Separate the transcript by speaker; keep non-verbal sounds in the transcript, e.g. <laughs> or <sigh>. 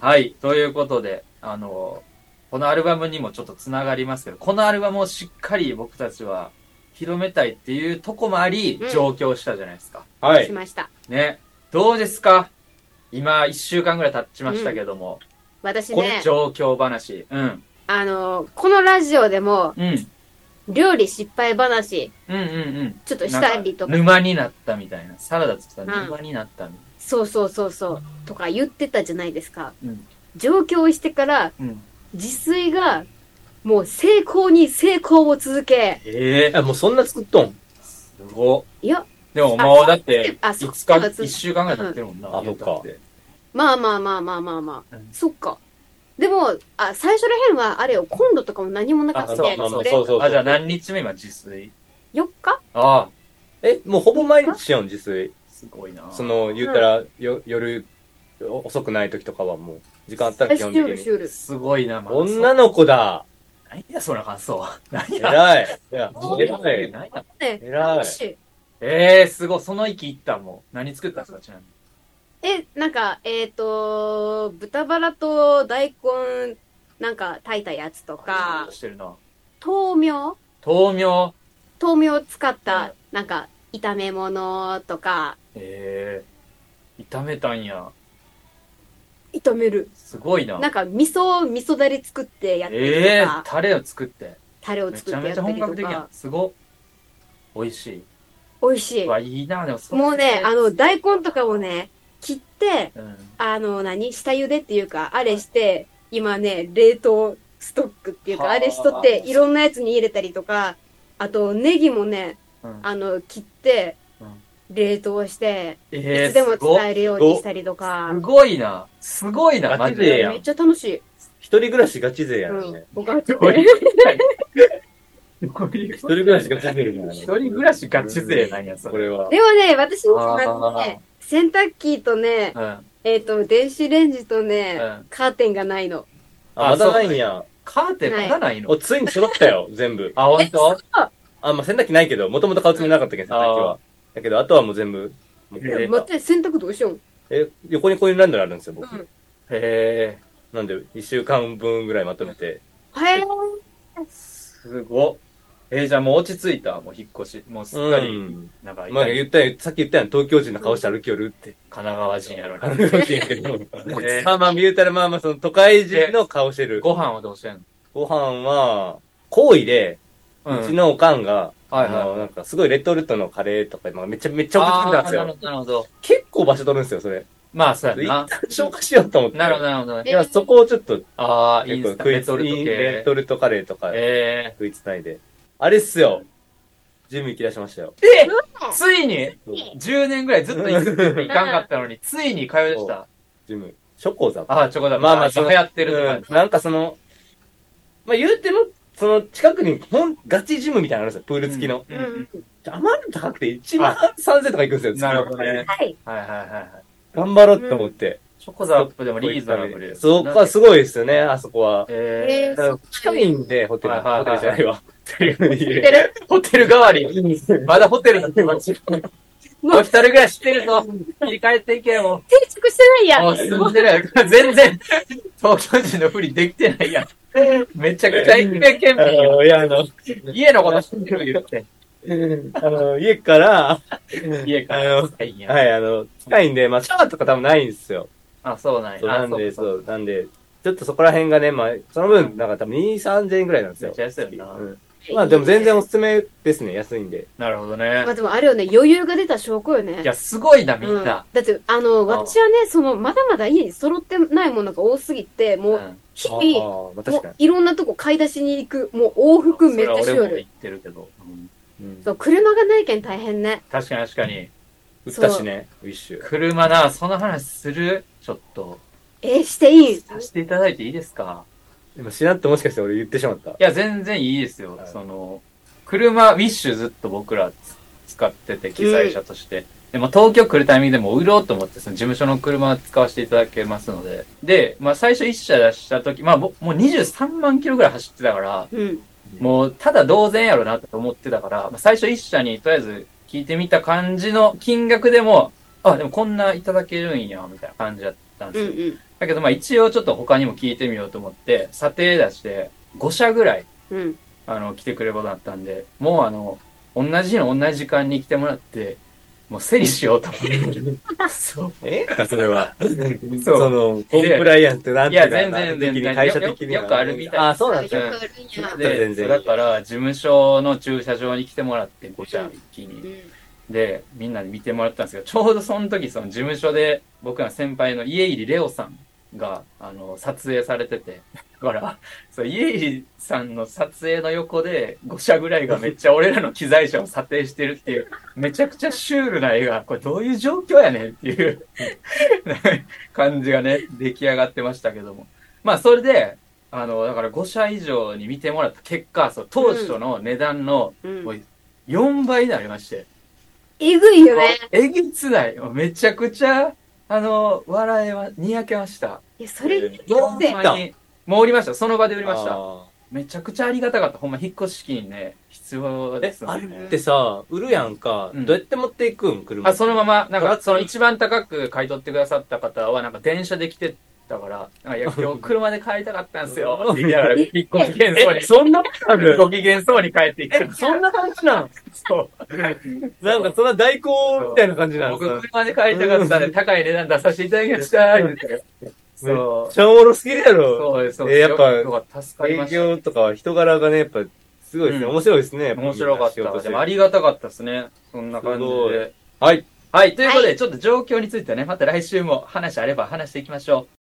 Speaker 1: はい、ということで、あの、このアルバムにもちょっとつながりますけど、このアルバムをしっかり僕たちは広めたいっていうとこもあり
Speaker 2: うん、
Speaker 1: 上京したじゃないですか。
Speaker 3: は
Speaker 2: し
Speaker 3: い。
Speaker 2: ました。
Speaker 1: ね。どうですか今、一週間ぐらい経ちましたけども、
Speaker 2: 私
Speaker 1: この
Speaker 2: ね、
Speaker 1: 上京話。うん。
Speaker 2: あの、このラジオでも、
Speaker 1: うん。
Speaker 2: 料理失敗話、
Speaker 1: うんうんうん。
Speaker 2: ちょっとしたりとか、
Speaker 1: 沼になったみたいな。サラダ作ったら
Speaker 2: うん
Speaker 1: 沼になったみたい
Speaker 2: そうそうそうそう、とか言ってたじゃないですか。
Speaker 1: うん
Speaker 2: 上京してから、
Speaker 1: な。うん。
Speaker 2: 自炊が、もう成功に成功を続け、
Speaker 1: ええ
Speaker 3: あ、もうそんな作っとん。
Speaker 1: すごっ
Speaker 2: いや、
Speaker 1: でももうだって、
Speaker 2: あそっか
Speaker 1: 5日、一週間ぐらい経ってるもんな。
Speaker 3: うんあそっか
Speaker 1: 言たて
Speaker 2: まあまあまあまあまあまあ、
Speaker 1: うん
Speaker 2: そっか。でも、あ、最初らへんは、あれよ、コンロとかも何もなかった
Speaker 3: あ、
Speaker 2: や
Speaker 3: そう、
Speaker 2: つ
Speaker 3: まあまあ、
Speaker 2: で
Speaker 3: そうそうそ
Speaker 1: あ、じゃあ
Speaker 3: う。
Speaker 1: 何日目今自炊
Speaker 2: 4日
Speaker 1: ああ、
Speaker 3: え、もうほぼ毎日やん、自炊。
Speaker 1: すごいな。
Speaker 3: その、言ったら、よ、夜、お遅くない時とかはもう、時間あったら
Speaker 2: え
Speaker 3: 基
Speaker 2: シュ
Speaker 3: 本
Speaker 2: ール、
Speaker 3: 的
Speaker 2: シ
Speaker 3: に。
Speaker 2: ュール。
Speaker 1: すごいな、まあ
Speaker 3: 女の子だ。
Speaker 1: 何や、その感想。 <laughs> 何や。
Speaker 3: 偉い。いや、
Speaker 2: そう
Speaker 3: 偉い。
Speaker 1: 何や
Speaker 2: ね
Speaker 3: 偉い
Speaker 2: 楽しい
Speaker 1: ええー、すごい。その息いったもう。何作ったんですか、ちなみに。
Speaker 2: え、なんか、えっ、と、豚バラと大根、なんか炊いたやつとか、
Speaker 1: してるな。
Speaker 2: 豆苗
Speaker 1: 豆苗。
Speaker 2: 豆苗を使っ
Speaker 1: うん
Speaker 2: た、なんか、炒め物とか、
Speaker 1: ええー、炒めたんや。
Speaker 2: 炒める。
Speaker 1: すごいな。
Speaker 2: なんか、味噌、味噌だれ作ってやったりとか、
Speaker 1: ええー、タレを作って。
Speaker 2: タレを
Speaker 1: め
Speaker 2: 作
Speaker 1: ちゃ
Speaker 2: って
Speaker 1: め
Speaker 2: やっ
Speaker 1: ちゃ
Speaker 2: た
Speaker 1: 本
Speaker 2: りと
Speaker 1: 格的やん
Speaker 2: か。、
Speaker 1: すごっ。美味し
Speaker 2: 美味し
Speaker 1: い。。
Speaker 2: いう
Speaker 1: わ、いいな、でもそ
Speaker 2: もうね、あの、大根とかをね、切って、
Speaker 1: うん。
Speaker 2: あの、何下茹でっていうか、あれして、今ね、冷凍ストックっていう
Speaker 1: は
Speaker 2: か、
Speaker 1: あ
Speaker 2: あれしとって、いろんなやつに入れたりとか、あと、ネギもね、
Speaker 1: うん、
Speaker 2: あの、切って
Speaker 1: うん、
Speaker 2: 冷凍して、い
Speaker 1: ええ
Speaker 2: つ
Speaker 1: ー、
Speaker 2: でも
Speaker 1: すご
Speaker 2: 使
Speaker 1: っ。
Speaker 2: えるようにしたりとか
Speaker 1: す、ごいな。すごいな、マジ
Speaker 3: ええ
Speaker 1: で。
Speaker 3: やん
Speaker 2: めっちゃ楽しい。
Speaker 3: 一人暮らしガチ勢や
Speaker 2: うんん
Speaker 3: ね。。
Speaker 2: 僕は
Speaker 1: どういうこと
Speaker 3: 一人暮らしガチ勢やんね。
Speaker 1: 一人暮らしガチ勢なんや、そ
Speaker 3: こ
Speaker 1: れ。
Speaker 3: れは。
Speaker 2: でもね、私も
Speaker 1: あー
Speaker 2: ね、洗濯機とね、
Speaker 1: うん。
Speaker 2: えっと、電子レンジとね
Speaker 1: うん、
Speaker 2: カーテンがないの。
Speaker 3: あ、まだないんや。
Speaker 1: カーテンまだないの
Speaker 3: お、ついに揃ったよ、全部。
Speaker 1: あ、本当
Speaker 3: あ、まあ、洗濯機ないけど、もともと買うつもりなかったけど、洗濯機
Speaker 1: あ
Speaker 3: は。だけど、あとはもう全部。もう
Speaker 1: ええ
Speaker 2: 待って、洗濯どうしよう。
Speaker 3: え、横にこういうランドリーあるんですよ、僕。
Speaker 2: うん
Speaker 1: へえ、
Speaker 3: なんで、一週間分ぐらいまとめて。
Speaker 2: はい。
Speaker 1: すごっ。えー、じゃあもう落ち着いた。もう引っ越し。もうすっかり、
Speaker 3: ん。
Speaker 1: なんか、
Speaker 3: まあ、言ったやんさっき言ったやん、東京人の顔して歩きよるって。
Speaker 1: 神奈川人やろに。
Speaker 3: 歩きよるやけど。
Speaker 1: <laughs> ええ
Speaker 3: まあまあ、言うたら、まあまあ、その都会人の顔してる。
Speaker 1: ご飯はどうしてん
Speaker 3: ご飯は、好意で、
Speaker 1: の
Speaker 3: うち、のおかんが、
Speaker 1: はい
Speaker 3: あ
Speaker 1: は
Speaker 3: の
Speaker 1: い。
Speaker 3: なんか、すごいレトルトのカレーとか、まあ、めちゃめちゃ送ってきたんです
Speaker 1: あーなる
Speaker 3: よ
Speaker 1: ほ。ど、なるほど。
Speaker 3: 結構場所取るんですよ、それ。
Speaker 1: まあ、そう
Speaker 3: 一
Speaker 1: やな
Speaker 3: 旦。消化しようと思って。
Speaker 1: なるほど、なるほど
Speaker 3: い
Speaker 1: ね。
Speaker 3: や、そこをちょっと、
Speaker 1: ああ、イ
Speaker 3: 結
Speaker 1: ンス
Speaker 3: 構
Speaker 1: タレトルト
Speaker 3: インレ
Speaker 1: 系。
Speaker 3: トルトカレーとか
Speaker 1: え
Speaker 3: 食いつないで。あれっすよ。準備行き出しましたよ。
Speaker 1: ー、えついに
Speaker 3: そう
Speaker 1: 10年ぐらいずっと行 <laughs> く行かんかったのに、ついに通い出した。
Speaker 3: ジム。チョコザ
Speaker 1: ああ、チョコだ。
Speaker 3: まあまあ
Speaker 1: 流行ってるとか。
Speaker 3: うんなんかその、まあ言うても、その近くにほんガチジムみたいなのあるんですよ、プール付きの。
Speaker 1: う
Speaker 2: うんん。
Speaker 3: あまりに高くて1万3000とか行くんですよ、
Speaker 1: なるほどね。
Speaker 2: はい。
Speaker 1: はいはいはいはい。
Speaker 3: 頑張ろうと思って。
Speaker 1: チョコザップでもリーズナブルです。
Speaker 3: そこはすごいですよね、あそこは。
Speaker 1: え
Speaker 2: え
Speaker 3: だから近いんで、ホテル、
Speaker 1: はいはいはい
Speaker 3: ホテルじゃないわ。
Speaker 2: てる
Speaker 1: ー、ホテル代わり。まだホテルの気持ち。もう一人ぐらい知ってるぞ。切り替えていけよ、も。
Speaker 2: 定着してないう
Speaker 1: も
Speaker 2: や
Speaker 1: う住んでるやん。全然、東京人のふりできて
Speaker 2: <laughs>
Speaker 1: ないやん。めちゃくちゃ一平懸
Speaker 3: あ
Speaker 1: 命やん
Speaker 3: の、いや、あの、
Speaker 1: 家のこと知ってる言って。
Speaker 3: あの、家から、
Speaker 1: 家か
Speaker 3: あ
Speaker 1: ら
Speaker 3: の。
Speaker 1: はいや
Speaker 3: はい、あの、近いんで、まあ、シャワーとか多分ないんですよ。
Speaker 1: あ、そうなん
Speaker 3: そう
Speaker 1: や。
Speaker 3: な
Speaker 1: あ
Speaker 3: んで、そう
Speaker 1: う。
Speaker 3: なんで、ちょっとそこら辺がね、まあ、その分、なんか多分2、3000円ぐらいなんです
Speaker 1: めっ
Speaker 3: よ
Speaker 1: ち。ゃ安いよ
Speaker 3: う
Speaker 1: な。
Speaker 3: んまあでも全然おすすめですね、安いんで。
Speaker 1: なるほどね
Speaker 2: まあ。でもあれよね、余裕が出た証拠よね。
Speaker 1: いや、すごいな、み
Speaker 2: うんん、だ
Speaker 1: な。
Speaker 2: って、あの、私はね、その、まだまだ家に揃ってないものが多すぎて、も
Speaker 1: う
Speaker 2: う、
Speaker 1: ん。
Speaker 2: 日
Speaker 3: ああ
Speaker 2: 々、
Speaker 3: まあ
Speaker 2: も
Speaker 3: 確か
Speaker 2: ういろんなとこ買い出しに行く、もう往復めっちゃし
Speaker 1: それは俺
Speaker 2: よ
Speaker 1: も
Speaker 2: る。
Speaker 1: 言ってるけど。うん
Speaker 3: に。うん
Speaker 2: そう、車がないけん大変ね。
Speaker 1: 確かに確かに。
Speaker 3: 売ったしね、ウィッシュ。
Speaker 1: 車な、その話するちょっと、
Speaker 2: えーしていいん
Speaker 1: させていただいていいですか
Speaker 3: 今しなってもしかして俺言ってしまった。
Speaker 1: いや、全然いいですよ。
Speaker 3: はい
Speaker 1: その、車、ウィッシュずっと僕らつ使ってて、機材車として。でも東京来るタイミングでもう売ろうと思って、その事務所の車使わせていただけますので。で、まあ最初1社出した時、まあぼもう23万キロぐらい走ってたから、
Speaker 2: うん。
Speaker 1: もうただ同然やろなと思ってたから、まあ最初1社にとりあえず聞いてみた感じの金額でも、あ、でもこんないただけるんや、みたいな感じだったったん
Speaker 2: う
Speaker 1: です
Speaker 2: ん
Speaker 1: よ。
Speaker 2: うん
Speaker 1: だけどまあ一応ちょっと他にも聞いてみようと思って、査定出して5社ぐらい、
Speaker 2: うん
Speaker 1: あの、来てくれることだったんで、もうあの、同じの同じ時間に来てもらって、もう整理しようと思って。そう。
Speaker 3: え
Speaker 4: それ
Speaker 3: <laughs>
Speaker 4: は。
Speaker 1: そう
Speaker 4: その、コンプライアントなんていうか
Speaker 1: いや全然
Speaker 4: なんていう
Speaker 1: 全然
Speaker 4: 会社的には
Speaker 1: よくあるみたい
Speaker 3: あ、そうなん
Speaker 2: よ
Speaker 3: です
Speaker 2: く
Speaker 3: よ。
Speaker 2: あるんや
Speaker 1: で、
Speaker 4: 全然
Speaker 1: だから事務所の駐車場に来てもらって、5社一気
Speaker 2: う
Speaker 1: に。
Speaker 2: ん
Speaker 1: で、みんなに見てもらったんですけど、ちょうどその時、その事務所で、僕らの先輩の家入レオさんが、あの、撮影されてて、だから、そう、家入さんの撮影の横で、5社ぐらいがめっちゃ俺らの機材車を査定してるっていう、めちゃくちゃシュールな絵が、これどういう状況やねんっていう <laughs> 感じがね、出来上がってましたけども。まあ、それで、あの、だから5社以上に見てもらった結果、そう、当初の値段の
Speaker 2: うん
Speaker 1: もう4倍になりまして、
Speaker 2: えぐいよね
Speaker 1: えげつない。めちゃくちゃ、あの、笑えは、にやけました。
Speaker 2: いやそれ
Speaker 4: え
Speaker 1: ほ
Speaker 2: ど
Speaker 1: ん
Speaker 2: うせ
Speaker 1: まに。もう売りました。その場で売りまし
Speaker 3: あ
Speaker 1: た。
Speaker 3: ー
Speaker 1: めちゃくちゃありがたかった。ほんま、引っ越し機にね、必要で
Speaker 3: え
Speaker 1: す、よ
Speaker 3: あれ
Speaker 1: ね。
Speaker 3: ってさ、売るやんか、
Speaker 1: うん
Speaker 3: どうやって持っていくん車。
Speaker 1: あ、そのまま、なん
Speaker 3: トラッ
Speaker 1: か、
Speaker 3: ク
Speaker 1: その一番高く買い取ってくださった方は、なんか電車で来てたから、なんかい <laughs> や、今日車で帰りたかったんですよ。って言 <laughs> いながら、一個機嫌そうに、
Speaker 3: そんなあ
Speaker 1: ご機嫌そうに帰っていく。
Speaker 3: そんな感じなん
Speaker 1: そう。
Speaker 3: なんかそんな代行みたいな感じな
Speaker 1: <laughs>
Speaker 3: ん
Speaker 1: 僕、車で帰りたかったんで、高い値段出させていただきました。言うてそう。
Speaker 3: シャンおろすぎるやろ。
Speaker 1: そうです。そう
Speaker 3: えーやっぱ
Speaker 1: ぱ、助かりま
Speaker 4: 営
Speaker 1: し
Speaker 4: 業とかは人柄がね、やっぱ、すごいですね。
Speaker 1: うん
Speaker 4: 面白いですね。や
Speaker 1: た。
Speaker 4: ぱ
Speaker 1: 面白かっ
Speaker 4: 仕事
Speaker 1: た。
Speaker 4: して
Speaker 1: でもありがたかったですね。そんな感じ
Speaker 4: すごい
Speaker 1: で。
Speaker 4: はい。
Speaker 1: はい。ということ
Speaker 2: は
Speaker 1: で、ちょっと状況についてね、また来週も話あれば話していきましょう。